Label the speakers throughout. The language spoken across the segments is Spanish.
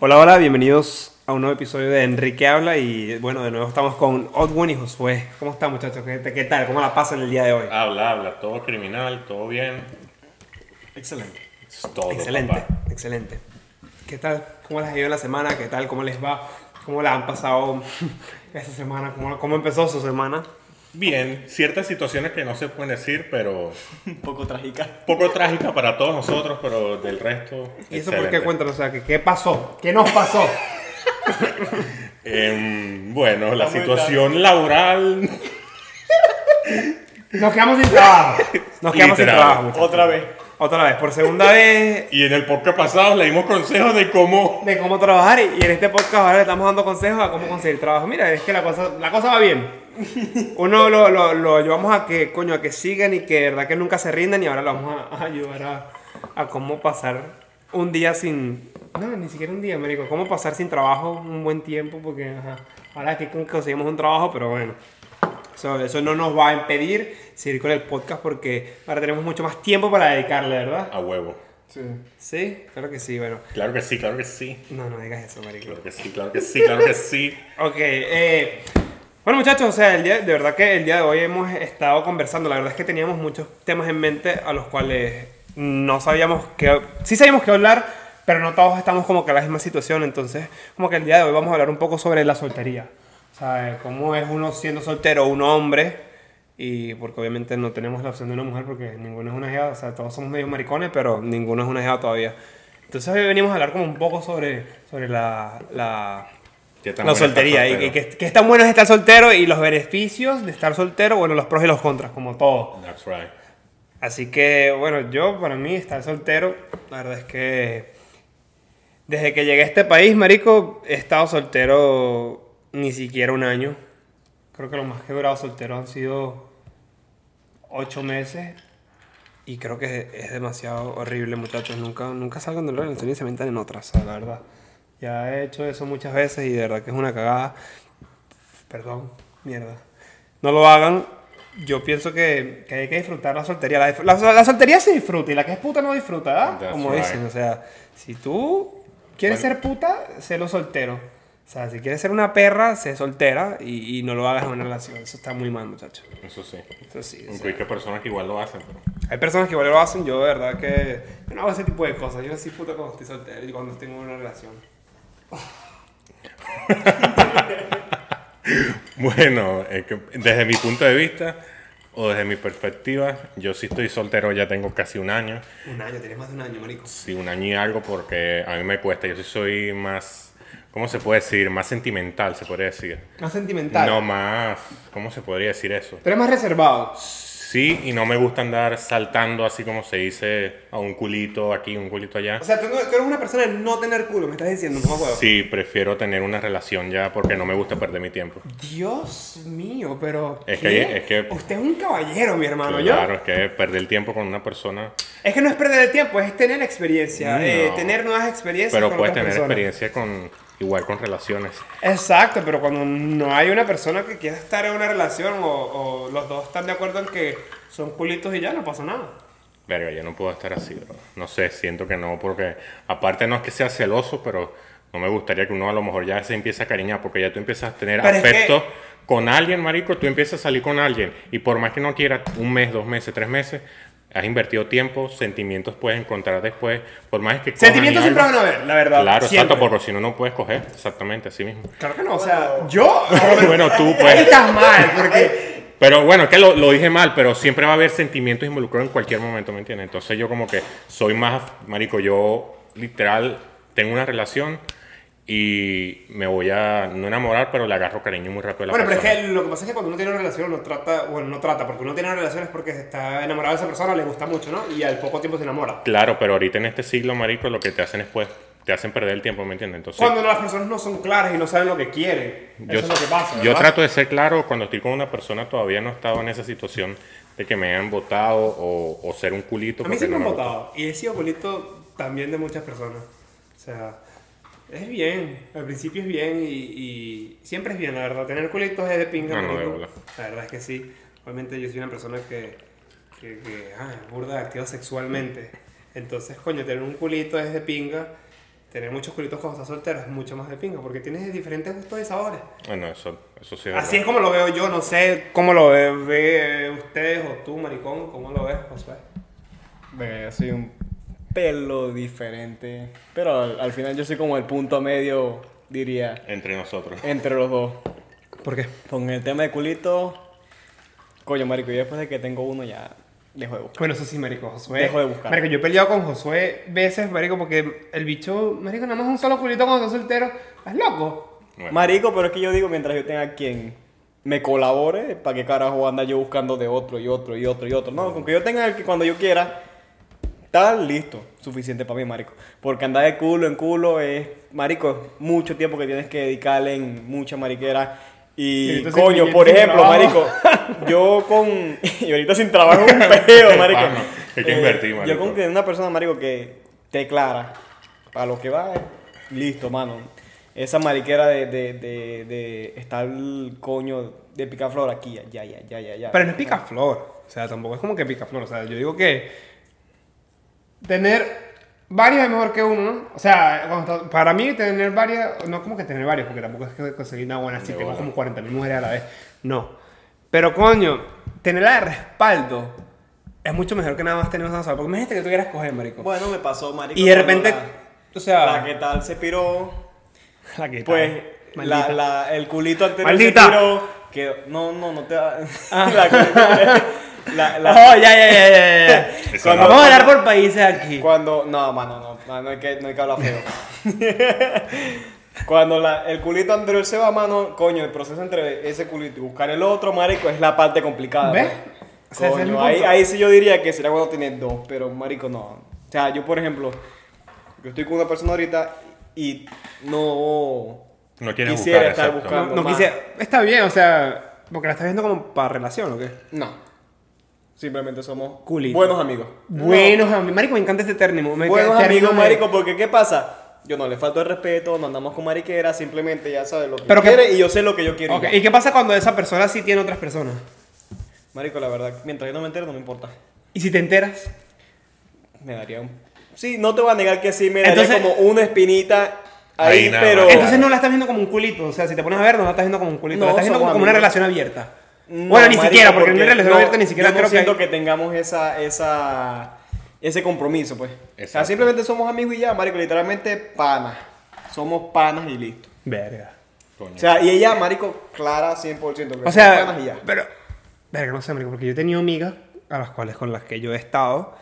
Speaker 1: Hola, hola, bienvenidos a un nuevo episodio de Enrique Habla y bueno, de nuevo estamos con Odwin y Josué. ¿Cómo están muchachos? ¿Qué, qué tal? ¿Cómo la pasan el día de hoy?
Speaker 2: Habla, habla, todo criminal, todo bien,
Speaker 1: Excelente.
Speaker 2: es todo.
Speaker 1: excelente,
Speaker 2: papá.
Speaker 1: excelente. ¿Qué tal? ¿Cómo les ha ido la semana? ¿Qué tal? ¿Cómo les va? ¿Cómo la han pasado esta semana? ¿Cómo, cómo empezó su semana?
Speaker 2: Bien, ciertas situaciones que no se pueden decir, pero
Speaker 3: Un poco trágica.
Speaker 2: poco trágica para todos nosotros, pero del resto.
Speaker 1: ¿Y eso por
Speaker 2: excelente.
Speaker 1: qué cuentan? O sea, ¿qué, qué pasó? ¿Qué nos pasó?
Speaker 2: Em, bueno, la
Speaker 3: Vamos a
Speaker 2: situación laboral.
Speaker 1: Nos quedamos sin trabajo. Nos quedamos sin
Speaker 2: Literal.
Speaker 1: trabajo. muchachos.
Speaker 3: Otra vez.
Speaker 1: Otra vez, por segunda vez
Speaker 2: Y en el podcast pasado le dimos consejos de cómo.
Speaker 1: de cómo trabajar y en este podcast ahora le estamos dando consejos a cómo conseguir trabajo. Mira, es que la cosa, la cosa va bien. Uno lo, lo, lo ayudamos a que, coño, a que sigan y que de verdad que nunca se rindan y ahora lo vamos a, a ayudar a, a cómo pasar un día sin... No, ni siquiera un día, marico. Cómo pasar sin trabajo un buen tiempo porque ajá, ahora que con- conseguimos un trabajo, pero bueno. Eso, eso no nos va a impedir seguir con el podcast porque ahora tenemos mucho más tiempo para dedicarle, ¿verdad?
Speaker 2: A huevo.
Speaker 3: Sí.
Speaker 1: Sí, claro que sí, bueno.
Speaker 2: Claro que sí, claro que sí.
Speaker 1: No, no digas eso, marico.
Speaker 2: Claro que sí, claro que sí, claro que sí.
Speaker 1: Ok, eh, bueno muchachos, o sea, el día, de verdad que el día de hoy hemos estado conversando, la verdad es que teníamos muchos temas en mente a los cuales no sabíamos que, sí sabíamos que hablar, pero no todos estamos como que en la misma situación, entonces como que el día de hoy vamos a hablar un poco sobre la soltería, o sea, eh, cómo es uno siendo soltero, un hombre, y porque obviamente no tenemos la opción de una mujer porque ninguno es una jeva, o sea, todos somos medio maricones, pero ninguno es una jeva todavía. Entonces hoy venimos a hablar como un poco sobre, sobre la- la
Speaker 2: ¿Qué tan
Speaker 1: la
Speaker 2: bueno
Speaker 1: soltería,
Speaker 2: estás
Speaker 1: y que,
Speaker 2: soltero?
Speaker 1: que- que es tan bueno es estar soltero y los beneficios de estar soltero, bueno, los pros y los contras, como todo.
Speaker 2: That's right.
Speaker 1: Así que, bueno, yo para mí estar soltero, la verdad es que desde que llegué a este país, marico, he estado soltero ni siquiera un año. Creo que lo más que he durado soltero han sido ocho meses. Y creo que es demasiado horrible, muchachos. Nunca, nunca salgan de la relación y se metan en otras, o sea, la verdad. Ya he hecho eso muchas veces y de verdad que es una cagada. Perdón, mierda. No lo hagan. Yo pienso que, que hay que disfrutar la soltería. La, dif- la- la soltería se disfruta y la que es puta no disfruta, ¿verdad?
Speaker 2: That's
Speaker 1: Como
Speaker 2: right.
Speaker 1: dicen, o sea, si tú quieres
Speaker 2: Bueno.
Speaker 1: ser puta, sélo soltero. O sea, si quieres ser una perra, sé soltera y, y no lo hagas en una relación. Eso está muy mal, muchachos.
Speaker 2: Eso sí.
Speaker 1: Eso sí. o sea.
Speaker 2: Aunque hay que personas que igual lo hacen, pero.
Speaker 1: Hay personas que igual lo hacen, yo de verdad que yo no hago ese tipo de cosas. Yo soy puta cuando estoy soltero y cuando tengo una relación.
Speaker 2: Bueno, eh, que- desde mi punto de vista o desde mi perspectiva, yo sí estoy soltero, ya tengo casi un año.
Speaker 1: Un año, tienes más de un año, marico.
Speaker 2: Sí, un año y algo porque a mí me cuesta. Yo sí soy más, ¿cómo se puede decir? Más sentimental, se podría decir.
Speaker 1: Más sentimental.
Speaker 2: No más, ¿cómo se podría decir eso?
Speaker 1: Pero es más reservado.
Speaker 2: Sí, y no me gusta andar saltando así como se dice a un culito aquí, un culito allá.
Speaker 1: O sea, tú, no- tú eres una persona de no tener culo, me estás diciendo, no huevo.
Speaker 2: Sí, prefiero tener una relación ya porque no me gusta perder mi tiempo.
Speaker 1: Dios mío, pero.
Speaker 2: Es
Speaker 1: ¿qué?
Speaker 2: que- es que-
Speaker 1: Usted es un caballero, mi hermano. ¿yo?
Speaker 2: Claro, es que perder el tiempo con una persona
Speaker 1: Es que no es perder el tiempo, es tener experiencia,
Speaker 2: No.
Speaker 1: eh, tener nuevas experiencias.
Speaker 2: Pero
Speaker 1: con
Speaker 2: puedes tener
Speaker 1: otras personas.
Speaker 2: experiencia con igual con relaciones.
Speaker 1: Exacto, pero cuando no hay una persona que quiera estar en una relación o, o los dos están de acuerdo en que son culitos y ya, no pasa nada.
Speaker 2: Verga, yo no puedo estar así, bro. No sé, siento que no, porque aparte no es que sea celoso, pero no me gustaría que uno a lo mejor ya se empiece a cariñar, porque ya tú empiezas a tener
Speaker 1: Pero es que-
Speaker 2: afecto con alguien, marico, tú empiezas a salir con alguien, y por más que no quieras, un mes, dos meses, tres meses, has invertido tiempo, sentimientos puedes encontrar después, por más que... cojan y
Speaker 1: Sentimientos siempre
Speaker 2: algo-
Speaker 1: van a haber, la verdad.
Speaker 2: Claro,
Speaker 1: siempre.
Speaker 2: exacto, porque si no, no puedes coger, exactamente, así mismo.
Speaker 1: Claro que no, o sea, yo.
Speaker 2: bueno, tú,
Speaker 1: Ahí
Speaker 2: pues...
Speaker 1: estás mal, porque.
Speaker 2: Pero bueno, es que lo, lo dije mal, pero siempre va a haber sentimientos involucrados en cualquier momento, ¿me entiendes? Entonces yo como que soy más, marico, yo literal tengo una relación y me voy a, no enamorar, pero le agarro cariño muy rápido a la
Speaker 1: Bueno, pero es
Speaker 2: persona.
Speaker 1: que lo que pasa es que cuando uno tiene una relación, no trata, bueno, no trata, porque uno tiene una relación es porque está enamorado de esa persona, le gusta mucho, ¿no? Y al poco tiempo se enamora.
Speaker 2: Claro, pero ahorita en este siglo, marico, lo que te hacen es pues, te hacen perder el tiempo, ¿me entiendes? Entonces...
Speaker 1: Cuando las personas no son claras y no saben lo que quieren,
Speaker 2: Yo,
Speaker 1: eso es lo que pasa.
Speaker 2: yo
Speaker 1: ¿verdad?
Speaker 2: trato de ser claro cuando estoy con una persona, todavía no he estado en esa situación de que me hayan votado o, o ser un culito.
Speaker 1: A mí
Speaker 2: porque
Speaker 1: sí me
Speaker 2: no
Speaker 1: han
Speaker 2: votaron.
Speaker 1: votado. Y he sido bolito también de muchas personas. O sea, es bien. Al principio es bien y, y siempre es bien, la verdad. Tener culitos es de pinga.
Speaker 2: No, no, de
Speaker 1: marico.
Speaker 2: bola.
Speaker 1: La verdad es que sí. Obviamente yo soy una persona que, que, que, ah, es burda de activa sexualmente. Entonces, coño, tener un culito es de pinga. tener muchos culitos cuando estás soltero es mucho más de pinga porque tienes diferentes gustos y sabores.
Speaker 2: Bueno, eso, eso sí es
Speaker 1: Así es
Speaker 2: verdad.
Speaker 1: como lo veo yo, no sé cómo lo ve, ve eh, ustedes o tú, maricón, cómo lo ves, Josué.
Speaker 3: Verga, yo soy un pelo diferente. Pero al, al final yo soy como el punto medio, diría,
Speaker 2: Entre nosotros.
Speaker 3: entre los dos.
Speaker 1: ¿Por qué?
Speaker 3: Con el tema de culito, coño, marico, yo después de que tengo uno ya dejo de buscar.
Speaker 1: Bueno, eso sí, marico, Josué.
Speaker 3: Dejo de buscar.
Speaker 1: Marico, yo he peleado con Josué veces, marico, porque el bicho, marico, nada más un solo culito cuando estás soltero. ¿Estás loco?
Speaker 2: Bueno,
Speaker 3: Marico, pero es que yo digo, mientras yo tenga quien me colabore, ¿para qué carajo anda yo buscando de otro y otro y otro y otro? No, con que yo tenga el que cuando yo quiera, tal, listo, suficiente para mí, marico. Porque andar de culo en culo es, marico, es mucho tiempo que tienes que dedicarle en mucha mariquera.
Speaker 1: Y
Speaker 3: Y,
Speaker 1: ahorita sin-
Speaker 3: coño,
Speaker 1: y
Speaker 3: por
Speaker 1: sin
Speaker 3: ejemplo,
Speaker 1: trabajo.
Speaker 3: marico, yo con... Y ahorita sin trabajo un peo, marico. Eh,
Speaker 2: Pana, hay que invertir,
Speaker 3: Yo
Speaker 2: marico.
Speaker 3: con que una persona, marico, que te clara para lo que va, eh, listo, mano. Esa mariquera de, de, de, de estar el coño de picaflor aquí, ya, ya, ya, ya, ya.
Speaker 1: Pero no es picaflor. O sea, tampoco es como que picaflor. O sea, yo digo que tener varias es mejor que uno, ¿no? O sea, cuando estás- para mí tener varias, no como que tener varias, porque tampoco es que conseguir una buena, si
Speaker 2: De
Speaker 1: tengo
Speaker 2: bola.
Speaker 1: como 40 mil mujeres a la vez. No. Pero coño, tenerla de respaldo es mucho mejor que nada más tener una sola. Porque imagínate que tú quieras coger, marico.
Speaker 3: Bueno, me pasó, marico.
Speaker 1: y de
Speaker 3: cuando
Speaker 1: repente, o sea,
Speaker 3: La, la que tal se piró,
Speaker 1: la que
Speaker 3: pues,
Speaker 1: tal.
Speaker 3: la,
Speaker 1: Maldita.
Speaker 3: la, el culito anterior
Speaker 1: Maldita. Ah.
Speaker 3: se piró. Que, no, no, no te... la, culito- la, la,
Speaker 1: Oh, ya, ya, ya, ya, ya.
Speaker 2: Eso
Speaker 1: Cuando-
Speaker 2: no.
Speaker 1: Vamos a hablar por países aquí.
Speaker 3: Cuando. No, mano, no. mano, no, hay que, no hay que hablar feo. Cuando la- el culito anterior se va, mano, coño, el proceso entre ese culito y buscar el otro, marico, es la parte complicada.
Speaker 1: ¿Ves?
Speaker 3: ¿no?
Speaker 1: O sea, ese es el
Speaker 3: Coño, ahí,
Speaker 1: punto.
Speaker 3: ahí sí yo diría que sería bueno tener dos, pero marico, no. O sea, yo, por ejemplo, yo estoy con una persona ahorita y no.
Speaker 2: No quieres
Speaker 3: quisiera
Speaker 2: buscar,
Speaker 3: estar
Speaker 2: exacto.
Speaker 3: buscando.
Speaker 1: No, no
Speaker 3: más.
Speaker 1: quise. Está bien, o sea, porque la estás viendo como para relación, ¿o qué?
Speaker 3: No. Simplemente somos
Speaker 1: Culito.
Speaker 3: buenos amigos.
Speaker 1: Buenos amigos. Marico, me encanta este término. Me
Speaker 3: Buenos
Speaker 1: este término
Speaker 3: amigos,
Speaker 1: de-
Speaker 3: marico, porque ¿qué pasa? Yo no le falto el respeto, no andamos con mariquera, simplemente ya sabes lo que
Speaker 1: Pero que-
Speaker 3: quiere y yo sé lo que yo quiero. y
Speaker 1: Ok,
Speaker 3: ya.
Speaker 1: ¿Y qué pasa cuando esa persona sí tiene otras personas?
Speaker 3: Marico, la verdad, mientras yo no me entero, no me importa.
Speaker 1: Y si te enteras,
Speaker 3: Me daría un... Sí, no te voy a negar que sí, me daría
Speaker 1: Entonces-
Speaker 3: como una espinita ahí,
Speaker 2: Ahí nada
Speaker 3: pero...
Speaker 2: más.
Speaker 1: entonces no la estás viendo como un culito. O sea, si te pones a ver, no la estás viendo como un culito.
Speaker 3: No,
Speaker 1: la estás viendo
Speaker 3: somos
Speaker 1: como, como una
Speaker 3: amigos.
Speaker 1: relación abierta.
Speaker 3: No,
Speaker 1: bueno, ni
Speaker 3: marico,
Speaker 1: siquiera, porque, en una relación
Speaker 3: no,
Speaker 1: abierta ni siquiera
Speaker 3: yo no
Speaker 1: creo que.
Speaker 3: siento
Speaker 1: hay-
Speaker 3: que, tengamos esa, esa, ese compromiso, pues. O sea,
Speaker 2: Exacto.
Speaker 3: simplemente somos amigos y ya, marico, literalmente panas. Somos panas y listo.
Speaker 1: Verga.
Speaker 2: Coño.
Speaker 3: O sea, y ella, marico, clara 100%. que
Speaker 1: O
Speaker 3: somos
Speaker 1: sea,
Speaker 3: panas y ya.
Speaker 1: pero. Verga, no sé, marico, porque yo he tenido amigas a las cuales con las que yo he estado.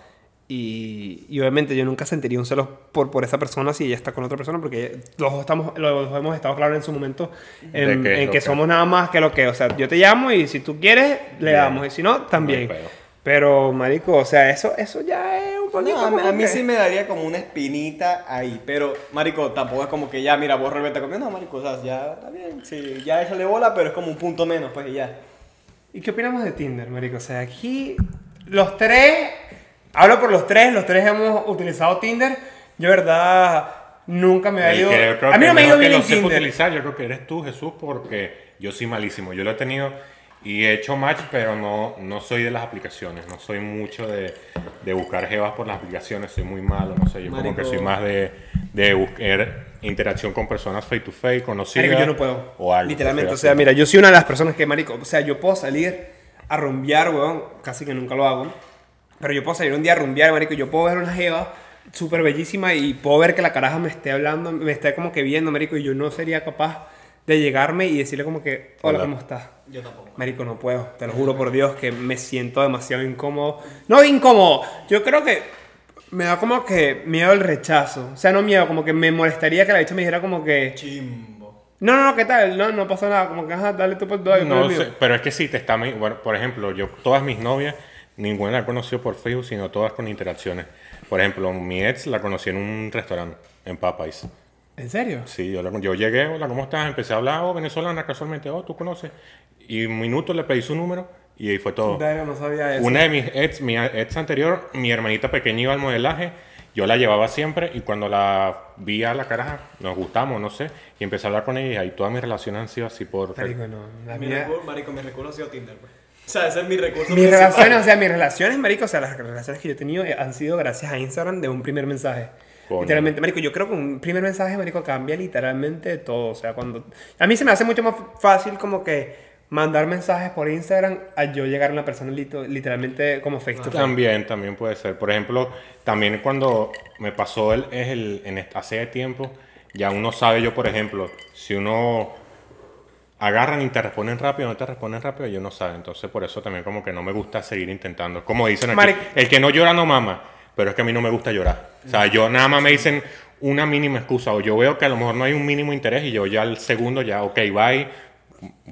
Speaker 1: Y, y obviamente yo nunca sentiría un celos por, por esa persona si ella está con otra persona, porque los dos, estamos, los dos hemos estado claros en su momento en,
Speaker 2: De qué es
Speaker 1: en
Speaker 2: lo
Speaker 1: que
Speaker 2: que-
Speaker 1: somos nada más que lo que. O sea, yo te llamo y si tú quieres, le
Speaker 2: Bien.
Speaker 1: damos, y si no, también.
Speaker 2: No hay pedo.
Speaker 1: pero, marico, o sea, eso, eso ya es un poquito.
Speaker 3: No, a, mí-
Speaker 1: como
Speaker 3: a mí
Speaker 1: que-
Speaker 3: sí me daría como una espinita ahí, pero marico, tampoco es como que ya, mira, vos reventa conmigo, no, marico, o sea, ya está bien, sí, ya échale bola, pero es como un punto menos, pues y ya.
Speaker 1: ¿Y qué opinamos de Tinder, marico? O sea, aquí los tres, hablo por los tres, los tres hemos utilizado Tinder. Yo, de verdad, nunca me ha
Speaker 2: El
Speaker 1: ido...
Speaker 2: que yo creo
Speaker 1: A mí
Speaker 2: que
Speaker 1: no me ha
Speaker 2: mejor
Speaker 1: ido
Speaker 2: que
Speaker 1: bien
Speaker 2: lo
Speaker 1: en
Speaker 2: sepa
Speaker 1: Tinder.
Speaker 2: utilizar, yo creo que eres tú, Jesús, porque yo soy malísimo. Yo lo he tenido y he hecho match, pero no, no soy de las aplicaciones. No soy mucho de, de buscar jevas por las aplicaciones. Soy muy malo, no sé. Yo como
Speaker 3: Marico.
Speaker 2: que soy más de, de buscar interacción con personas face to face, conocidas.
Speaker 1: Marico, yo no puedo.
Speaker 2: O algo.
Speaker 1: Literalmente, o
Speaker 2: prefiero
Speaker 1: sea, mira, yo soy una de las personas que, marico, o sea, yo puedo salir a rumbear, weón, casi que nunca lo hago. Pero yo puedo salir un día a rumbear, marico, yo puedo ver una jeva súper bellísima y puedo ver que la caraja me esté hablando, me esté como que viendo, marico, y yo no sería capaz de llegarme y decirle como que, hola,
Speaker 2: Hola.
Speaker 1: ¿cómo estás?
Speaker 3: Yo tampoco.
Speaker 1: Marico, no puedo. Te lo juro por Dios que me siento demasiado incómodo. No incómodo. Yo creo que me da como que miedo al rechazo. O sea, no miedo, como que me molestaría que la bicha me dijera como que...
Speaker 3: Chimbo.
Speaker 1: No, no, no, ¿qué tal? No, no pasa nada. Como que, ajá, dale tú por todo. yo por
Speaker 2: No
Speaker 1: el mío".
Speaker 2: sé, pero es que sí, te está. mi- Bueno, por ejemplo, yo, todas mis novias, ninguna la he conocido por Facebook, sino todas con interacciones. Por ejemplo, mi ex la conocí en un restaurante, en Popeyes.
Speaker 1: ¿En serio?
Speaker 2: Sí, yo, la- yo llegué, hola, ¿cómo estás? Empecé a hablar, oh, venezolana, casualmente, oh, tú conoces. Y un minuto le pedí su número y ahí fue todo.
Speaker 1: Verga, no sabía eso.
Speaker 2: Una de mis ex, mi ex anterior, mi hermanita pequeña iba al modelaje, yo la llevaba siempre y cuando la vi a la caraja, nos gustamos, no sé, y empecé a hablar con ella y ahí todas mis relaciones han sido así por...
Speaker 1: Marico, no. La
Speaker 3: Mi
Speaker 1: mía...
Speaker 3: recurso- marico, mi recurso ha sido Tinder, pues. O sea, ese es mi recurso
Speaker 1: Mis
Speaker 3: principal.
Speaker 1: relaciones, o sea, mis relaciones, marico, o sea, las relaciones que yo he tenido eh, han sido gracias a Instagram de un primer mensaje.
Speaker 2: Coño.
Speaker 1: Literalmente, marico, yo creo que un primer mensaje, marico, cambia literalmente todo. O sea, cuando... A mí se me hace mucho más fácil como que mandar mensajes por Instagram a yo llegar a una persona lito- literalmente como face to face.
Speaker 2: También, también puede ser. Por ejemplo, también cuando me pasó el, es el, en est- hace tiempo, ya uno sabe, yo por ejemplo, si uno agarran y te responden rápido, no te responden rápido, yo no sabe. Entonces, por eso también como que no me gusta seguir intentando. Como dicen aquí,
Speaker 1: Maric-
Speaker 2: el que no llora no mama, pero es que a mí no me gusta llorar. O sea, yo nada más me dicen una mínima excusa o yo veo que a lo mejor no hay un mínimo interés y yo ya al segundo ya, ok, bye,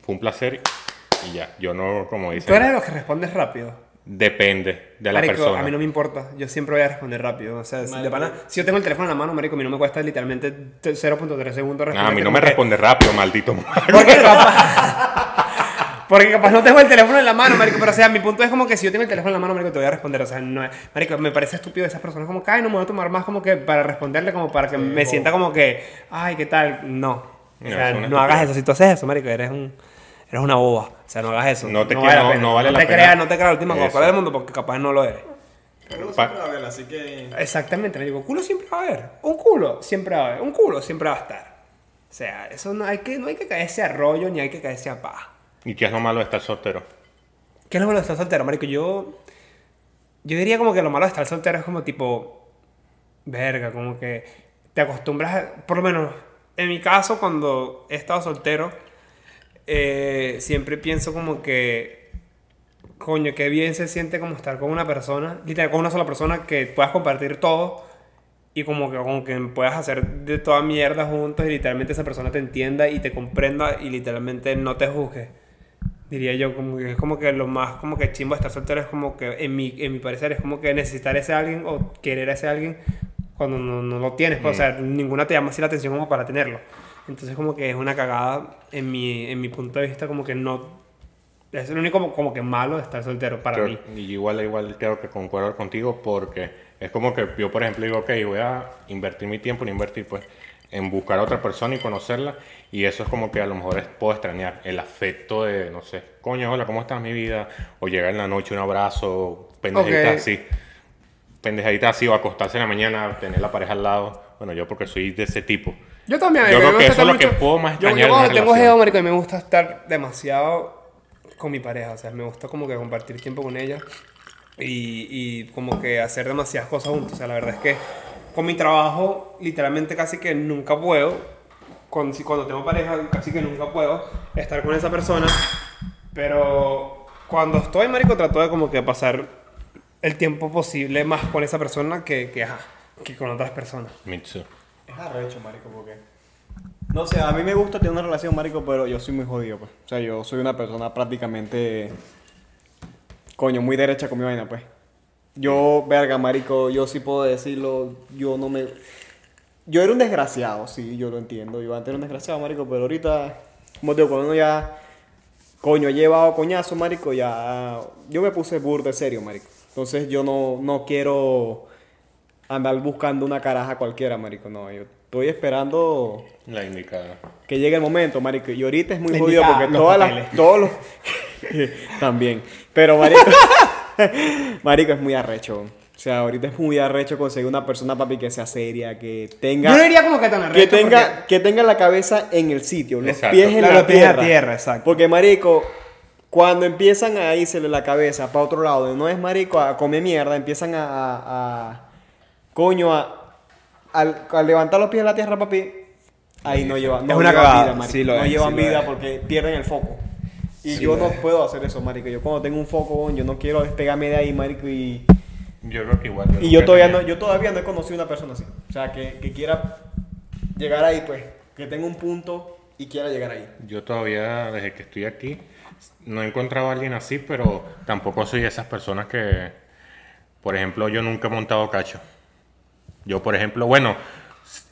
Speaker 2: fue un placer y ya. Yo no, como dicen,
Speaker 1: Tú eres de los que respondes rápido.
Speaker 2: depende de la
Speaker 1: marico,
Speaker 2: persona.
Speaker 1: a mí no me importa. Yo siempre voy a responder rápido. O sea, si, de pana- si yo tengo el teléfono en la mano, marico, a mí no me cuesta literalmente te- 0.3 segundos
Speaker 2: Ah, a mí no
Speaker 1: como
Speaker 2: me
Speaker 1: que-
Speaker 2: responde rápido, maldito. mar-
Speaker 1: Porque capaz... Porque capaz no tengo el teléfono en la mano, marico, pero o sea, mi punto es como que si yo tengo el teléfono en la mano, marico, te voy a responder, o sea, no es- marico, me parece estúpido esas personas como que, ay, no me voy a tomar más como que para responderle, como para que me sienta como que, ay, ¿qué tal? No. O
Speaker 2: No,
Speaker 1: sea,
Speaker 2: es
Speaker 1: no,
Speaker 2: una
Speaker 1: hagas
Speaker 2: estupidez.
Speaker 1: eso, si tú haces eso, marico, eres un eres una boba. O sea, no hagas eso.
Speaker 2: No te
Speaker 1: vale
Speaker 2: quiero-
Speaker 1: la pena.
Speaker 2: no vale la
Speaker 1: te
Speaker 2: pena.
Speaker 1: creas, no te creas la última
Speaker 2: Eso.
Speaker 1: copa del mundo porque capaz no lo eres.
Speaker 4: Uno
Speaker 2: Pa-
Speaker 4: siempre la vela, así que.
Speaker 1: Exactamente, le digo, culo siempre va a haber, un culo siempre va a haber, un culo siempre va a estar. O sea, eso no hay que no hay que caerse a rollo ni hay que caerse a paja.
Speaker 2: ¿Y qué es lo malo de estar soltero?
Speaker 1: ¿Qué es lo malo de estar soltero, marico? Yo... Yo diría como que lo malo de estar soltero es como tipo... Verga, como que te acostumbras... a- por lo menos, en mi caso, cuando he estado soltero, eh, siempre pienso como que... Coño, qué bien se siente como estar con una persona, literal, con una sola persona que puedas compartir todo y como que con quien puedas hacer de toda mierda juntos y literalmente esa persona te entienda y te comprenda y literalmente no te juzgue diría yo como que es como que lo más como que chimbo de estar soltero es como que en mi en mi parecer es como que necesitar ese alguien o querer a ese alguien cuando no, no lo tienes pues, o sea ninguna te llama así la atención como para tenerlo entonces como que es una cagada en mi en mi punto de vista como que no es lo único como, como que malo de estar soltero para
Speaker 2: Creo-
Speaker 1: mí
Speaker 2: y igual, igual creo que concuerdo contigo porque es como que yo, por ejemplo, digo, ok, voy a invertir mi tiempo en invertir, pues, en buscar a otra persona y conocerla. Y eso es como que a lo mejor es- puedo extrañar el afecto de, no sé, coño, hola, ¿cómo estás mi vida? O llegar en la noche, un abrazo, pendejaditas
Speaker 1: Ok.
Speaker 2: así. Pendejaditas así, o acostarse en la mañana, tener la pareja al lado. Bueno, yo porque soy de ese tipo.
Speaker 1: Yo también.
Speaker 2: Yo creo
Speaker 1: me
Speaker 2: que
Speaker 1: gusta
Speaker 2: eso es lo
Speaker 1: estar
Speaker 2: que puedo más
Speaker 1: yo- Yo,
Speaker 2: extrañar de
Speaker 1: cuando
Speaker 2: una
Speaker 1: tengo
Speaker 2: relación.
Speaker 1: geo, marico, me gusta estar demasiado con mi pareja. O sea, me gusta como que compartir tiempo con ella y, y como que hacer demasiadas cosas juntos. O sea, la verdad es que con mi trabajo, literalmente casi que nunca puedo. Con, si- cuando tengo pareja, casi que nunca puedo estar con esa persona. Pero cuando estoy, marico, trato de como que pasar el tiempo posible más con esa persona que, que, ajá, que con otras personas.
Speaker 2: Mitsu.
Speaker 3: Es arrecho, marico, porque... No sé, a mí me gusta tener una relación, marico, pero yo soy muy jodido, pues. O sea, yo soy una persona prácticamente... Coño, muy derecha con mi vaina, pues. Yo, verga, marico, yo sí puedo decirlo, yo no me... Yo era un desgraciado, sí, yo lo entiendo. Yo antes era un desgraciado, marico, pero ahorita... Como te digo, cuando uno ya... Coño, he llevado coñazo, marico, ya... Yo me puse burda de serio, marico. Entonces yo no, no quiero andar buscando una caraja cualquiera, marico. No, yo estoy esperando
Speaker 2: La indicada.
Speaker 3: que llegue el momento, marico. Y ahorita es muy
Speaker 1: La
Speaker 3: jodido
Speaker 1: indicada,
Speaker 3: porque
Speaker 1: ah, los
Speaker 3: todas las,
Speaker 1: papeles.
Speaker 3: todos los... También. Pero, marico... marico, es muy arrecho. O sea, ahorita es muy arrecho conseguir una persona, papi, que sea seria, que tenga...
Speaker 1: Yo no iría como que tan
Speaker 3: Que
Speaker 1: arrecho
Speaker 3: tenga,
Speaker 1: porque-
Speaker 3: que tenga la cabeza en el sitio, los
Speaker 2: Exacto.
Speaker 3: pies en
Speaker 1: Claro,
Speaker 3: la
Speaker 1: pies en la
Speaker 3: tierra.
Speaker 1: tierra, exacto.
Speaker 3: Porque, marico, cuando empiezan a irse la cabeza para otro lado, no es marico a comer mierda, empiezan a. a- a- coño, a, al- a levantar los pies en la tierra, papi. Ahí no lleva. No
Speaker 1: Es una
Speaker 3: llevan
Speaker 1: cagada,
Speaker 3: vida, marico.
Speaker 1: sí lo
Speaker 3: no
Speaker 1: es,
Speaker 3: llevan
Speaker 1: sí lo
Speaker 3: vida
Speaker 1: es.
Speaker 3: porque pierden el foco. Y
Speaker 1: Sí
Speaker 3: yo
Speaker 1: lo
Speaker 3: no
Speaker 1: es.
Speaker 3: puedo hacer eso, marico. Yo cuando tengo un foco, yo no quiero despegarme de ahí, marico, y.
Speaker 2: Yo creo que igual.
Speaker 3: Y yo
Speaker 2: nunca
Speaker 3: todavía,
Speaker 2: tenía-
Speaker 3: no, yo todavía no he conocido una persona así. O sea, que, que quiera llegar ahí, pues. Que tenga un punto y quiera llegar ahí.
Speaker 2: Yo todavía, desde que estoy aquí, no he encontrado a alguien así, pero tampoco soy de esas personas que, por ejemplo, yo nunca he montado cacho. Yo, por ejemplo, bueno,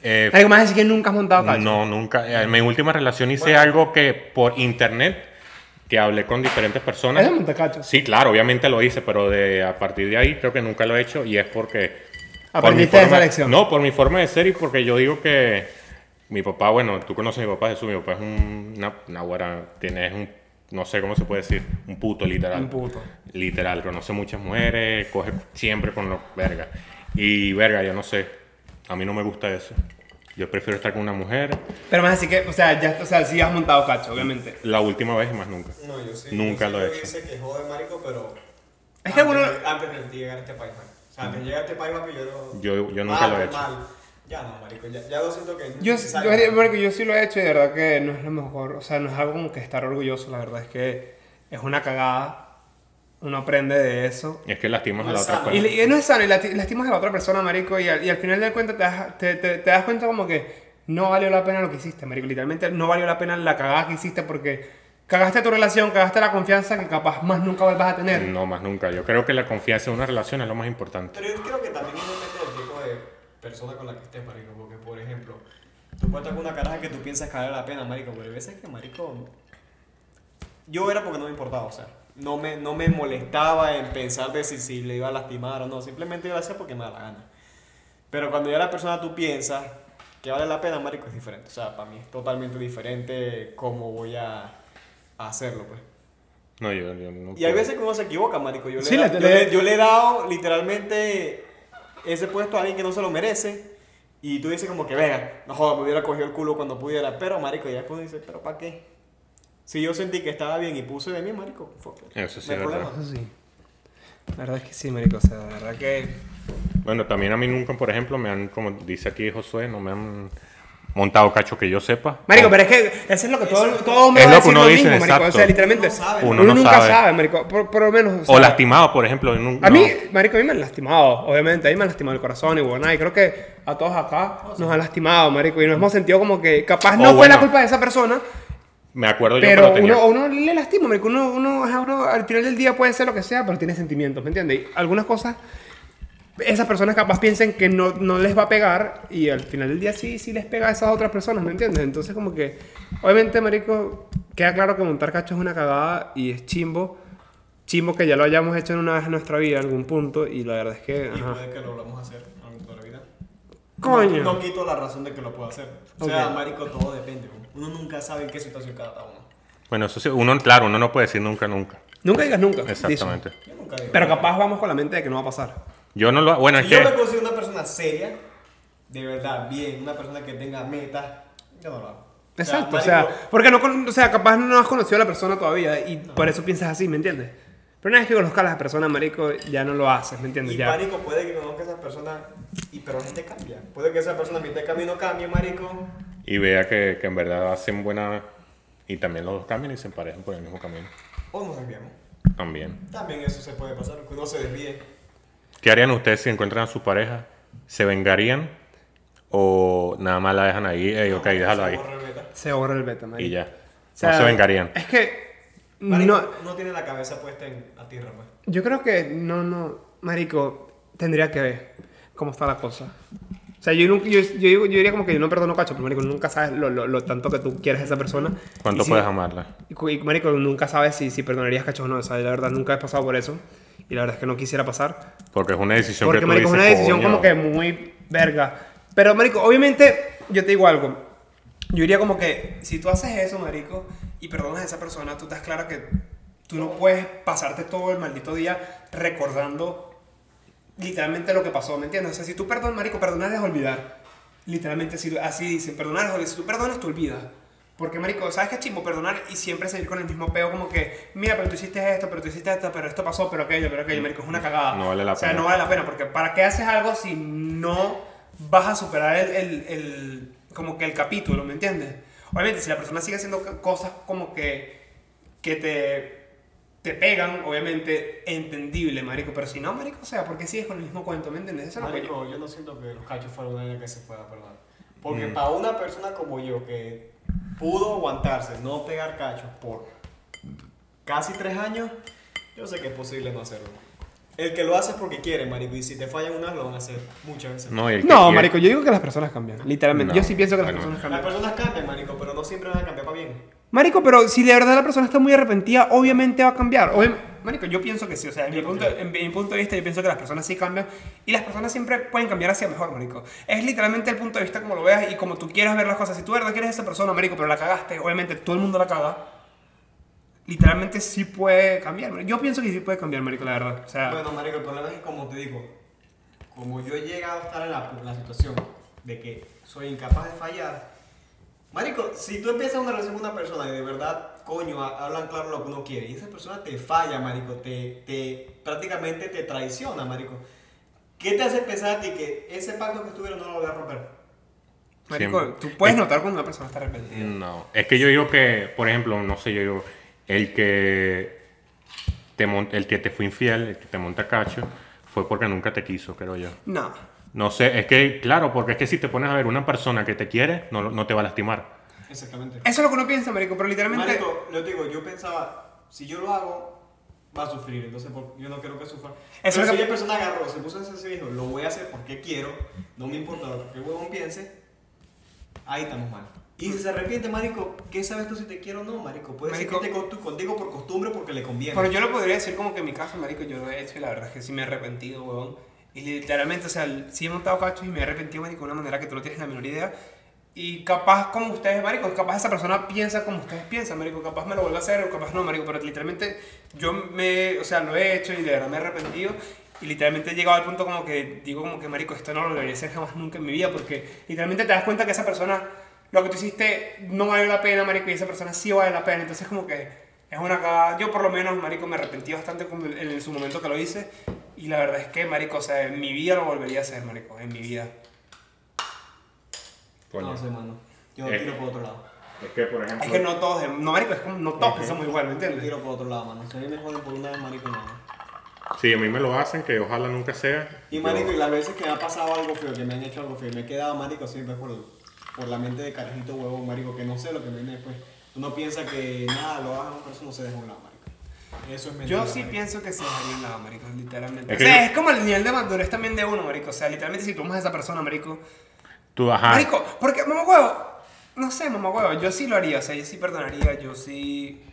Speaker 2: eh,
Speaker 1: Hay más decir que nunca has montado cacho.
Speaker 2: no, nunca. eh, En mi última relación hice algo que por internet, que hablé con diferentes personas.
Speaker 1: ¿Eso es montar cacho?
Speaker 2: Sí, claro, obviamente lo hice, pero de, a partir de ahí creo que nunca lo he hecho y es porque... por
Speaker 1: Aprendiste
Speaker 2: mi forma-
Speaker 1: esa lección.
Speaker 2: No, por mi forma de ser y porque yo digo que mi papá, bueno, tú conoces a mi papá Jesús, mi papá es un... Una, una guara, tiene, es un... No sé cómo se puede decir, un puto literal.
Speaker 1: Un puto.
Speaker 2: Literal, conoce muchas mujeres, coge siempre con los verga. Y verga, yo no sé. A mí no me gusta eso. Yo prefiero estar con una mujer
Speaker 1: Pero más así que, o sea, ya, o sea, sí has montado cacho, obviamente.
Speaker 2: la última vez y más nunca.
Speaker 4: No, yo sí.
Speaker 2: Nunca
Speaker 4: yo sí
Speaker 2: lo he
Speaker 4: creo que
Speaker 2: hecho.
Speaker 4: Se quejó de marico, pero.
Speaker 1: Es que
Speaker 4: antes
Speaker 1: uno-
Speaker 4: de- Antes de llegar a este país, marico. O sea, antes de llegar a este país, papi, yo lo.
Speaker 2: Yo- yo nunca
Speaker 4: Mal,
Speaker 2: lo he
Speaker 4: pues,
Speaker 2: hecho.
Speaker 4: mal. Ya no, marico. Ya, ya lo siento que.
Speaker 1: Yo,
Speaker 4: necesario.
Speaker 1: yo, haría- marico, yo sí lo he hecho y de verdad que no es lo mejor. O sea, no es algo como que estar orgulloso, la verdad es que es una cagada. Uno aprende de eso.
Speaker 2: Es que lastimas a
Speaker 4: No
Speaker 2: la
Speaker 4: es
Speaker 2: otra
Speaker 4: sano.
Speaker 2: persona.
Speaker 1: Y, le- y no es sano, y lasti- lastimas a la otra persona, marico, y al, y al final de cuentas te das, te, te- te das cuenta como que no valió la pena lo que hiciste, marico. Literalmente no valió la pena la cagada que hiciste porque cagaste tu relación, cagaste la confianza que capaz más nunca vuelvas a tener.
Speaker 2: Eh, No, más nunca. Yo creo que la confianza en una relación es lo más importante.
Speaker 4: Pero yo creo que también depende del tipo de persona con la que estés, marico. Porque, por ejemplo, tú puedes estar con una caraja que tú piensas que vale la pena, marico. Pero hay veces que, marico. Yo era porque no me importaba, o sea. No me, no me molestaba en pensar de si, si le iba a lastimar o no. Simplemente yo lo hacía porque me da la gana. Pero cuando ya la persona tú piensas que vale la pena, marico, es diferente. O sea, para mí es totalmente diferente cómo voy a, a hacerlo, pues.
Speaker 2: No, yo, yo no
Speaker 4: Y hay
Speaker 2: puedo.
Speaker 4: veces que uno se equivoca, marico. Yo le,
Speaker 1: Sí,
Speaker 4: da-
Speaker 1: le-
Speaker 4: yo,
Speaker 1: le-
Speaker 4: le, yo le he dado literalmente ese puesto a alguien que no se lo merece. Y tú dices como que, venga, no joda, me hubiera cogido el culo cuando pudiera. Pero, marico, ya después uno dice, pero ¿para qué? Si yo sentí que estaba bien y puse de mí, marico, fuck it.
Speaker 2: Eso sí
Speaker 4: No hay
Speaker 2: es verdad.
Speaker 4: problema.
Speaker 1: Eso sí. La verdad es que sí, marico, o sea, la verdad que...
Speaker 2: Bueno, también a mí nunca, por ejemplo, me han, como dice aquí Josué, no me han montado cacho que yo sepa.
Speaker 1: Marico,
Speaker 2: O-
Speaker 1: pero es que eso es lo que todo, todo me
Speaker 2: Es
Speaker 1: va a
Speaker 2: lo que
Speaker 1: decir
Speaker 2: uno
Speaker 1: lo
Speaker 2: dice,
Speaker 1: mismo, marico. O sea,
Speaker 2: exacto.
Speaker 1: literalmente,
Speaker 4: Uno no sabe.
Speaker 1: uno,
Speaker 2: Uno no
Speaker 1: nunca sabe,
Speaker 2: sabe.
Speaker 1: marico. Por, por lo menos...
Speaker 2: O
Speaker 1: sea,
Speaker 2: lastimado, por ejemplo. en un-
Speaker 1: A mí,
Speaker 2: no.
Speaker 1: marico, a mí me han lastimado, obviamente. A mí me han lastimado el corazón y bueno, y creo que a todos acá nos han lastimado, marico. Y nos hemos sentido como que capaz no
Speaker 2: O
Speaker 1: fue
Speaker 2: bueno.
Speaker 1: la culpa de esa persona,
Speaker 2: Me acuerdo yo
Speaker 1: pero
Speaker 2: cuando tenía...
Speaker 1: uno, a uno le lastima, marico. Uno, uno, ajá, uno al final del día puede ser lo que sea, pero tiene sentimientos, ¿me entiendes? Y algunas cosas, esas personas capaz piensen que no, no les va a pegar y al final del día sí, sí les pega a esas otras personas, ¿me entiendes? Entonces como que, obviamente, marico, queda claro que montar cacho es una cagada y es chimbo. Chimbo que ya lo hayamos hecho en una vez en nuestra vida, en algún punto, y la verdad es que...
Speaker 4: Y
Speaker 1: ajá.
Speaker 4: puede que lo volvamos a hacer a lo largo de la vida.
Speaker 1: Coño.
Speaker 4: No, no quito la razón de que lo pueda hacer. O sea,
Speaker 1: Ok.
Speaker 4: marico, todo depende. Uno nunca sabe en qué situación cada uno.
Speaker 2: Bueno, eso sí, uno, claro, uno no puede decir nunca, nunca.
Speaker 1: Nunca digas nunca.
Speaker 2: Exactamente.
Speaker 4: Yo nunca
Speaker 1: dice.
Speaker 4: digo.
Speaker 1: Pero capaz vamos con la mente de que no va a pasar.
Speaker 2: Yo no lo... Bueno, es
Speaker 4: Si
Speaker 2: que...
Speaker 4: yo me considero una persona seria, de verdad, bien, una persona que tenga metas, yo no lo hago. O sea,
Speaker 1: Exacto, o
Speaker 4: marico,
Speaker 1: sea, porque no, con- o sea, capaz no has conocido a la persona todavía y por eso piensas así, ¿me entiendes? Pero una vez que conozcas a la persona, marico, ya no lo haces, ¿me entiendes?
Speaker 4: Y
Speaker 1: Ya.
Speaker 4: marico, puede que conozca a esa persona, y, pero no te cambia. Puede que esa persona a mitad de camino cambie, marico.
Speaker 2: Y vea que, que en verdad hacen buena... Y también los dos cambian y se emparejan por el mismo camino.
Speaker 4: O nos desviamos.
Speaker 2: También.
Speaker 4: También eso se puede pasar, que uno se desvíe.
Speaker 2: ¿Qué harían ustedes si encuentran a su pareja? ¿Se vengarían? ¿O nada más la dejan ahí? Ey, ok, déjalo ahí.
Speaker 1: Se borra el beta, marico.
Speaker 2: Y ya.
Speaker 1: O sea,
Speaker 2: no se vengarían.
Speaker 1: Es que.
Speaker 4: no.
Speaker 1: No,
Speaker 4: no tiene la cabeza puesta en a tierra, pues.
Speaker 1: yo creo que. No, no. Marico, tendría que ver cómo está la cosa. O sea, yo, nunca- yo, yo, digo- yo diría como que yo no perdono cacho, pero marico, nunca sabes lo, lo- lo tanto que tú quieres a esa persona.
Speaker 2: ¿Cuánto
Speaker 1: Y si-
Speaker 2: puedes amarla?
Speaker 1: Y, cu- y, marico, nunca sabes si, si perdonarías cachos o no. O sea, la verdad, nunca he pasado por eso. Y la verdad es que no quisiera pasar.
Speaker 2: Porque es una decisión
Speaker 1: Porque,
Speaker 2: que tú
Speaker 1: marico, es
Speaker 2: dices,
Speaker 1: una decisión
Speaker 2: "Coño".
Speaker 1: como que muy verga. Pero, marico, obviamente, yo te digo algo. Yo diría como que si tú haces eso, marico, y perdonas a esa persona, tú estás claro que tú no puedes pasarte todo el maldito día recordando literalmente lo que pasó, ¿me entiendes? O sea, si tú perdonas, marico, perdonar es olvidar. Literalmente, si, así dicen, perdonar es olvidar. Si tú perdonas, tú olvidas. Porque, marico, ¿sabes qué chimbo? Perdonar y siempre seguir con el mismo peo, como que, mira, pero tú hiciste esto, pero tú hiciste esto, pero esto pasó, pero aquello, pero aquello, marico, es una cagada.
Speaker 2: Mm, No vale la
Speaker 1: O sea,
Speaker 2: pena.
Speaker 1: no vale la pena, porque ¿para qué haces algo si no vas a superar el, el- el- como que el capítulo, ¿me entiendes? Obviamente, si la persona sigue haciendo c- cosas como que, que te, te pegan, obviamente, entendible, marico, pero si no, marico, o sea, ¿por qué sigues con el mismo cuento, ¿me entiendes? Eso es lo que yo-
Speaker 4: Marico, yo no siento que los cachos fueron una área que se pueda perdonar. Porque
Speaker 3: Mm.
Speaker 4: para una persona como yo que pudo aguantarse, no pegar cachos por casi tres años, yo sé que es posible no hacerlo. El que lo hace es porque quiere, marico, y si te fallan unas, lo van a hacer muchas veces.
Speaker 2: No, y el que
Speaker 1: No,
Speaker 2: quiere-
Speaker 1: marico, yo digo que las personas cambian, literalmente.
Speaker 2: No,
Speaker 1: yo sí pienso que las
Speaker 2: bueno.
Speaker 1: personas cambian.
Speaker 4: Las personas cambian, marico, pero no siempre van a cambiar para bien.
Speaker 1: Marico, pero si de verdad la persona está muy arrepentida, obviamente va a cambiar. Obvia- Marico, yo pienso que sí. O sea, en mi, punto, en mi punto de vista, yo pienso que las personas sí cambian. Y las personas siempre pueden cambiar hacia mejor, marico. Es literalmente el punto de vista como lo veas y como tú quieras ver las cosas. Si tú de verdad quieres a esa persona, marico, pero la cagaste, obviamente todo el mundo la caga. Literalmente sí puede cambiar. marico. Yo pienso que sí puede cambiar, marico, la verdad. O sea,
Speaker 4: Bueno, marico, el problema es que, como te digo, como yo he llegado a estar en la, en la situación de que soy incapaz de fallar. Marico, si tú empiezas una relación con una persona y de verdad, coño, ha- hablan claro lo que uno quiere, y esa persona te falla, marico, te, te prácticamente te traiciona, marico, ¿qué te hace pensar a ti que ese pacto que estuvieron no lo voy a romper?
Speaker 1: Marico,
Speaker 2: Siempre.
Speaker 1: tú puedes
Speaker 2: Es-
Speaker 1: notar cuando una persona está arrepentida.
Speaker 2: No, es que yo digo que, por ejemplo, no sé, yo digo, el que te, mon- el que te fue infiel, el que te monta cacho, fue porque nunca te quiso, creo yo.
Speaker 1: No.
Speaker 2: No sé, es que, claro, porque es que si te pones a ver una persona que te quiere, no, lo- no te va a lastimar.
Speaker 4: Exactamente.
Speaker 1: Eso es lo que uno piensa, marico, pero literalmente...
Speaker 4: Marico, yo te digo, yo pensaba, si yo lo hago, va a sufrir, entonces por- yo no quiero que sufra.
Speaker 1: es
Speaker 4: Pero
Speaker 1: lo
Speaker 4: si
Speaker 1: que-
Speaker 4: la persona agarró, se puso en ese y dijo, lo voy a hacer porque quiero, no me importa lo que el huevón piense, ahí estamos mal. Y si se arrepiente, marico, ¿qué sabes tú si te quiero o no, marico? Puedes
Speaker 1: Marico.
Speaker 4: decirte con tu- contigo por costumbre porque le conviene.
Speaker 1: Pero yo lo podría decir como que en mi caso, marico, yo lo he hecho y la verdad es que sí me he arrepentido, huevón. Y literalmente, o sea, sí he montado cachos y me he arrepentido, marico, de una manera que tú no tienes la menor idea. Y capaz como ustedes, marico, capaz esa persona piensa como ustedes piensan, marico, capaz me lo vuelve a hacer o capaz no, marico, pero literalmente yo me, o sea, lo he hecho y de verdad me he arrepentido. Y literalmente he llegado al punto como que digo como que, marico, esto no lo debería hacer jamás nunca en mi vida porque literalmente te das cuenta que esa persona, lo que tú hiciste no vale la pena, marico, y esa persona sí vale la pena. Entonces como que... Es una cagada. Yo por lo menos, marico, me arrepentí bastante con- en, su momento que lo hice. Y la verdad es que, marico, o sea, en mi vida lo volvería a hacer, marico, en mi vida.
Speaker 2: Coño.
Speaker 4: No sé, mano. Yo
Speaker 2: Eh.
Speaker 4: tiro por otro lado.
Speaker 2: Es que, por ejemplo,
Speaker 1: Es que no todos, no, marico, es como, no todos pensamos igual, ¿me
Speaker 4: Yo
Speaker 1: entiendes?
Speaker 4: tiro por otro lado, mano. Si a mí me joden por una vez, marico, no.
Speaker 2: sí, a mí me lo hacen, que ojalá nunca sea.
Speaker 4: Y
Speaker 2: Yo-
Speaker 4: marico, y las veces que me ha pasado algo feo, que me han hecho algo feo, me he quedado marico siempre por, por la mente de carajito huevo, marico, que no sé lo que viene después. Uno piensa que nada, lo hagan, por eso no se deja a un lado, marico. Eso es mentira.
Speaker 1: Yo sí
Speaker 4: marico.
Speaker 1: pienso que se dejaría a un lado, marico, literalmente.
Speaker 2: Es
Speaker 1: o
Speaker 2: que
Speaker 1: sea,
Speaker 2: yo-
Speaker 1: es como el nivel de madurez también de uno, marico. O sea, literalmente si tú amas a esa persona, marico.
Speaker 2: Tú, ajá.
Speaker 1: Marico, porque, mamá huevo, no sé, mamá huevo, yo sí lo haría, o sea, yo sí perdonaría, yo sí...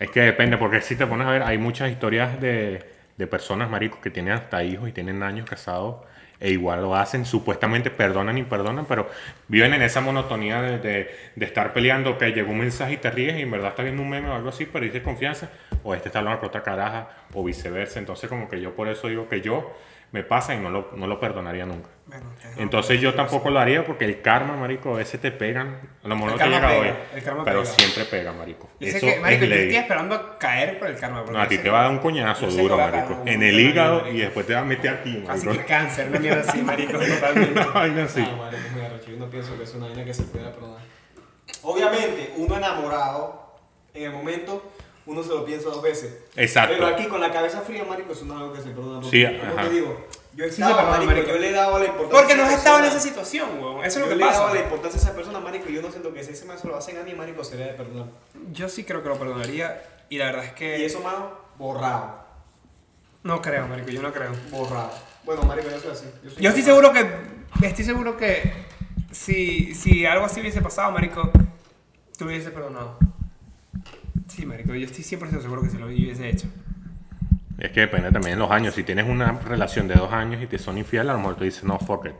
Speaker 2: Es que depende, porque si te pones a ver, hay muchas historias de, de personas, maricos, que tienen hasta hijos y tienen años casados e igual lo hacen, supuestamente perdonan y perdonan, pero viven en esa monotonía de, de- de estar peleando, que llegó un mensaje y te ríes y en verdad estás viendo un meme o algo así, pero dices confianza, o este está hablando con otra caraja, o viceversa. Entonces como que yo por eso digo que yo me pasa y no lo, no lo perdonaría nunca.
Speaker 1: Bueno, ustedes no.
Speaker 2: Entonces yo tampoco lo haría porque el karma, marico, a veces te pegan. A lo mejor
Speaker 1: El
Speaker 2: no te
Speaker 1: karma
Speaker 2: llega
Speaker 1: pega,
Speaker 2: hoy,
Speaker 1: el karma
Speaker 2: pero
Speaker 1: pega.
Speaker 2: siempre pega, marico.
Speaker 1: Yo sé
Speaker 2: Eso
Speaker 1: que, marico,
Speaker 2: es
Speaker 1: yo
Speaker 2: ley.
Speaker 1: estoy esperando a caer por el karma, bro.
Speaker 2: No, a
Speaker 1: Yo
Speaker 2: ti
Speaker 1: sé
Speaker 2: te
Speaker 1: que-
Speaker 2: va a dar un coñazo
Speaker 1: yo sé que
Speaker 2: duro,
Speaker 1: va a dar
Speaker 2: marico.
Speaker 1: un-
Speaker 2: En el hígado
Speaker 1: marico.
Speaker 2: y después te va a meter aquí,
Speaker 1: Así
Speaker 2: marico.
Speaker 1: que cáncer, una mierda así, marico, totalmente.
Speaker 2: Una vaina así.
Speaker 4: Ah, marico, es muy arrecho. Yo no pienso que es una vaina que se pueda perdonar. Obviamente, uno enamorado, en el momento, uno se lo piensa dos veces.
Speaker 2: Exacto.
Speaker 4: Pero aquí, con la cabeza fría, marico, eso no es algo que se perdona. porque,
Speaker 2: Sí,
Speaker 4: como
Speaker 2: ajá.
Speaker 4: te digo, yo
Speaker 1: se
Speaker 4: estaba,
Speaker 1: perdona,
Speaker 4: marico,
Speaker 1: marico.
Speaker 4: yo le he dado la importancia
Speaker 1: Porque no
Speaker 4: a
Speaker 1: has
Speaker 4: esa
Speaker 1: estado en
Speaker 4: persona.
Speaker 1: esa situación, weón. Eso es
Speaker 4: Yo
Speaker 1: lo que
Speaker 4: le daba
Speaker 1: pasa.
Speaker 4: la importancia a esa persona, marico, y yo no siento que si ese man se lo hacen a mí, marico, sería de perdonar.
Speaker 1: Yo sí creo que lo perdonaría. Y la verdad es que.
Speaker 4: Y eso, mano, borrado,
Speaker 1: No creo, marico, yo no creo.
Speaker 4: borrado. Bueno, marico, yo soy así. soy
Speaker 1: Yo estoy seguro
Speaker 4: borrado.
Speaker 1: que. Estoy seguro que. Si, si algo así hubiese pasado, marico, tú lo hubiese perdonado. Sí, marico, yo estoy 100% seguro que se lo hubiese hecho.
Speaker 2: Es que depende también de los años. Si tienes una relación de dos años y te son infiel, a lo mejor tú dices, no, fuck it.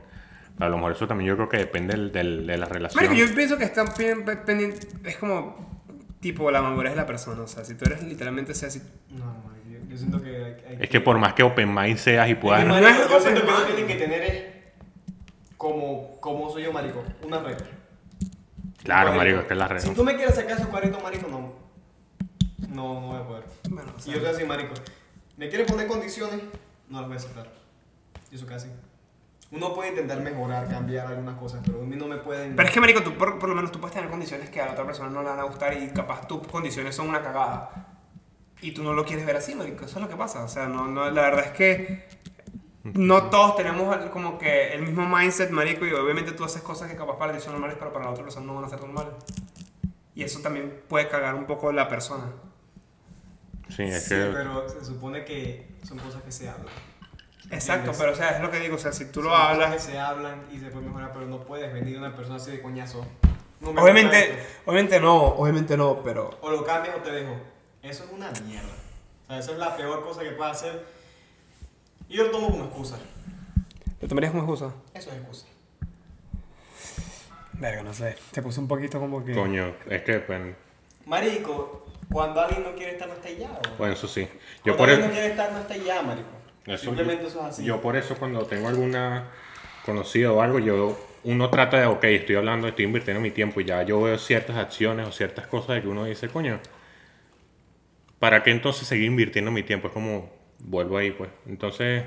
Speaker 2: Pero a lo mejor eso también yo creo que depende del- del- de la relación.
Speaker 1: Marico, yo pienso que está bien pe- pendiente. Es como. Tipo, la madurez de la persona. O sea, si tú eres literalmente. O sea, si.
Speaker 4: No, marico, yo, yo siento que hay, hay
Speaker 2: Es que por más que open mind seas y puedas...
Speaker 4: Es que,
Speaker 1: no
Speaker 4: marico,
Speaker 1: es
Speaker 4: yo
Speaker 1: open
Speaker 4: siento que uno
Speaker 1: mind.
Speaker 4: tiene que tener es como, como soy yo, marico, una regla.
Speaker 2: Claro, marico, es que es la
Speaker 4: Si
Speaker 2: relación.
Speaker 4: tú me quieres sacar esos 40, marico, no. No, no voy a poder.
Speaker 1: Bueno, o
Speaker 4: Si
Speaker 1: sea,
Speaker 4: yo soy así, marico. Me quieres poner condiciones, no las voy a aceptar. Y eso casi. Uno puede intentar mejorar, cambiar algunas cosas, pero a mí no me pueden.
Speaker 1: Pero es que, marico, tú por, por lo menos tú puedes tener condiciones que a la otra persona no le van a gustar y capaz tus condiciones son una cagada. Y tú no lo quieres ver así, marico. Eso es lo que pasa. O sea, no, no, la verdad es que no todos tenemos el- como que el mismo mindset, marico. Y obviamente tú haces cosas que capaz para ti son normales, pero para la otra persona no van a ser normales. Y eso también puede cagar un poco la persona.
Speaker 2: Sí, es
Speaker 4: Sí,
Speaker 2: que...
Speaker 4: pero se supone que son cosas que se hablan.
Speaker 1: Exacto,
Speaker 4: Entiendes.
Speaker 1: pero o sea, es lo que digo. O sea, si tú lo
Speaker 4: Son cosas
Speaker 1: hablas...
Speaker 4: que se hablan y se puede mejorar, pero no puedes venir a una persona así de coñazo. No me gusta
Speaker 1: Obviamente,
Speaker 4: esto.
Speaker 1: obviamente no, obviamente no, pero...
Speaker 4: O lo cambias o te dejo. Eso es una mierda. O sea, eso es la peor cosa que puedes hacer. Y yo lo tomo como excusa.
Speaker 1: ¿Lo tomarías como excusa?
Speaker 4: Eso es excusa.
Speaker 1: Verga, no sé. Te puse un poquito como que...
Speaker 2: Coño, es que pues, depende.
Speaker 4: Marico, cuando alguien no quiere estar, no está ya. bro.
Speaker 2: Bueno, eso sí.
Speaker 4: Cuando
Speaker 2: Yo por e- el...
Speaker 4: alguien no quiere estar, no está ya, marico.
Speaker 2: Eso-
Speaker 4: Simplemente eso es así.
Speaker 2: Yo por eso cuando tengo alguna conocida o algo, yo uno trata de, ok, estoy hablando, estoy invirtiendo mi tiempo y ya yo veo ciertas acciones o ciertas cosas de que uno dice, coño, ¿para qué entonces seguir invirtiendo mi tiempo? Es como, vuelvo ahí, pues. Entonces,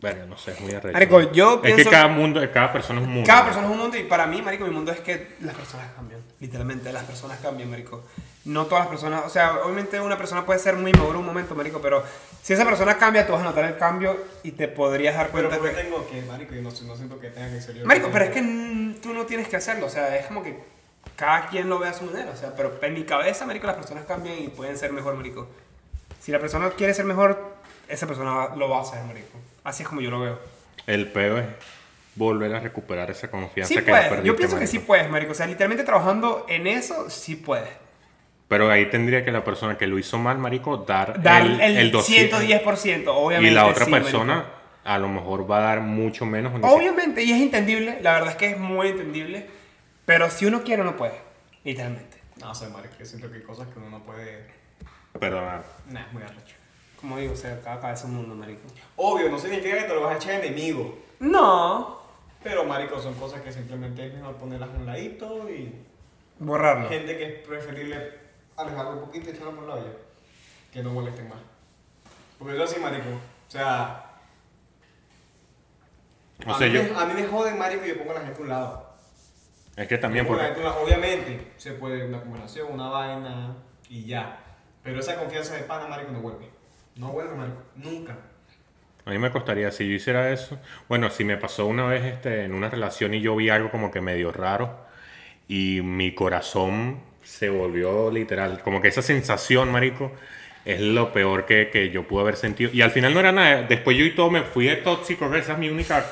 Speaker 2: bueno, no sé, es muy arrecho.
Speaker 1: Marico, yo
Speaker 2: Es
Speaker 1: pienso-
Speaker 2: que cada mundo, cada persona es un mundo.
Speaker 1: Cada persona es un mundo y para mí, marico, mi mundo es que las personas cambian. Literalmente, las personas cambian, marico. No todas las personas, o sea, obviamente una persona puede ser muy madura un momento, marico, pero si esa persona cambia, tú vas a notar el cambio y te podrías dar
Speaker 4: Pero
Speaker 1: cuenta
Speaker 4: porque
Speaker 1: que...
Speaker 4: tengo que, marico, yo no, no siento que tenga que ser yo.
Speaker 1: Marico, pero es que mm, tú no tienes que hacerlo, o sea, es como que cada quien lo ve a su manera, o sea, pero en mi cabeza, marico, las personas cambian y pueden ser mejor, marico. Si la persona quiere ser mejor, esa persona va- lo va a hacer, marico. Así es como yo lo veo.
Speaker 2: El peo es volver a recuperar esa confianza
Speaker 1: Sí
Speaker 2: que la
Speaker 1: puedes,
Speaker 2: perdiste,
Speaker 1: yo pienso que
Speaker 2: marico.
Speaker 1: sí puedes, marico. O sea, literalmente trabajando en eso, sí puedes.
Speaker 2: Pero ahí tendría que la persona que lo hizo mal, marico, dar,
Speaker 1: Dar
Speaker 2: el,
Speaker 1: el,
Speaker 2: el 200.
Speaker 1: 110%, obviamente.
Speaker 2: Y la otra
Speaker 1: sí,
Speaker 2: persona
Speaker 1: marico.
Speaker 2: a lo mejor va a dar mucho menos. o ni siquiera-
Speaker 1: Obviamente, y es entendible, la verdad es que es muy entendible, pero si uno quiere, uno puede, literalmente.
Speaker 4: No sé, marico, yo siento que hay cosas que uno no puede.
Speaker 2: Perdonar.
Speaker 4: Nah, es muy arrecho.
Speaker 1: Como digo, o sea, cada cabeza es un mundo, marico.
Speaker 4: Obvio, no significa que te lo vas a echar enemigo.
Speaker 1: No,
Speaker 4: Pero, marico, son cosas que simplemente es mejor ponerlas a un ladito y.
Speaker 2: Ah.
Speaker 1: borrarlo.
Speaker 4: Gente que es preferible alejarlo un poquito y echarlo por la olla. Que no molesten más. Porque yo así, marico. O sea.
Speaker 2: O
Speaker 4: a,
Speaker 2: sea,
Speaker 4: mí
Speaker 2: yo.
Speaker 4: me, a mí me joden, marico, y yo pongo a la gente a un lado.
Speaker 2: Es que también,
Speaker 4: Pongo a la
Speaker 2: porque.
Speaker 4: gente a un lado. Obviamente, se puede una conversación, una vaina y ya. Pero esa confianza de pana, marico, no vuelve. No vuelve, marico. Nunca.
Speaker 2: A mí me costaría, si yo hiciera eso. Bueno, si me pasó una vez este, en una relación y yo vi algo como que medio raro. Y mi corazón se volvió literal. Como que esa sensación, marico, es lo peor que, que yo pude haber sentido. Y al final no era nada. Después yo y todo me fui de tóxico. que Esa es mi única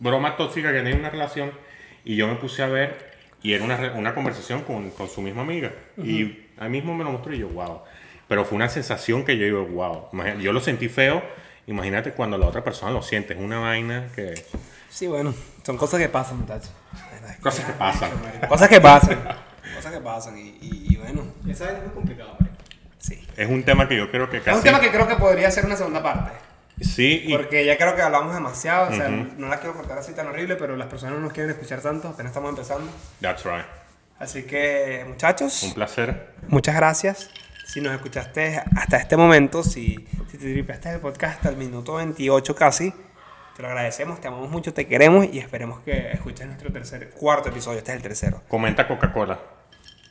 Speaker 2: broma tóxica que tenía en una relación. Y yo me puse a ver. Y era una, re- una conversación con, con su misma amiga. Y ahí mismo me lo mostró y yo, wow. Pero fue una sensación que yo digo, wow. Imagina- Yo lo sentí feo. Imagínate cuando la otra persona lo siente. Es una vaina que...
Speaker 1: Sí, bueno, son cosas que pasan, muchachos.
Speaker 2: Cosas que pasan.
Speaker 1: Cosas que pasan. cosas que pasan, y, y- y bueno,
Speaker 4: Esa vaina es muy complicada, marico.
Speaker 1: sí.
Speaker 2: Es un tema que yo creo que casi...
Speaker 1: Es un tema que creo que podría ser una segunda parte.
Speaker 2: Sí, y
Speaker 1: Porque ya creo que hablamos demasiado, o sea, no la quiero contar así tan horrible, pero las personas no nos quieren escuchar tanto, apenas estamos empezando.
Speaker 2: That's right.
Speaker 1: Así que,
Speaker 2: Un
Speaker 1: muchachos,
Speaker 2: placer.
Speaker 1: muchas gracias. Si nos escuchaste hasta este momento, si, si te tripeaste el podcast hasta el minuto 28 casi, te lo agradecemos, te amamos mucho, te queremos y esperemos que escuches nuestro tercer, cuarto episodio, este es el tercero.
Speaker 2: Comenta Coca-Cola.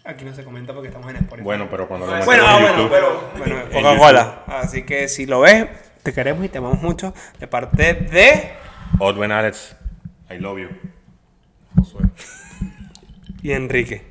Speaker 1: Aquí no se comenta porque estamos en Spotify.
Speaker 2: Bueno, pero cuando lo
Speaker 4: Bueno,
Speaker 2: metemos
Speaker 1: ah,
Speaker 2: en
Speaker 1: bueno,
Speaker 2: YouTube-
Speaker 1: pero bueno,
Speaker 2: En
Speaker 1: Coca-Cola. Así que si lo ves, te queremos y te amamos mucho. De parte de...
Speaker 2: Odd Ben Alex, I love you.
Speaker 1: Y Enrique.